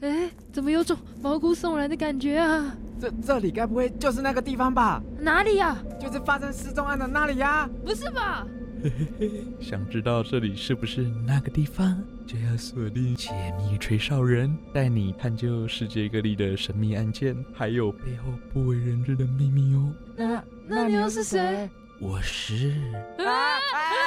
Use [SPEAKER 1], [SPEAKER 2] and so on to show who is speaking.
[SPEAKER 1] 哎怎么有种毛骨悚然的感觉啊？
[SPEAKER 2] 这这里该不会就是那个地方吧？
[SPEAKER 1] 哪里呀、
[SPEAKER 2] 就是发生失踪案的那里呀、
[SPEAKER 1] 不是吧？
[SPEAKER 3] 想知道这里是不是那个地方？就要锁定《解密吹哨人》，带你探究世界各地的神秘案件，还有背后不为人知的秘密哦。
[SPEAKER 2] 那
[SPEAKER 1] 那你又是谁？
[SPEAKER 3] 我是
[SPEAKER 2] 啊啊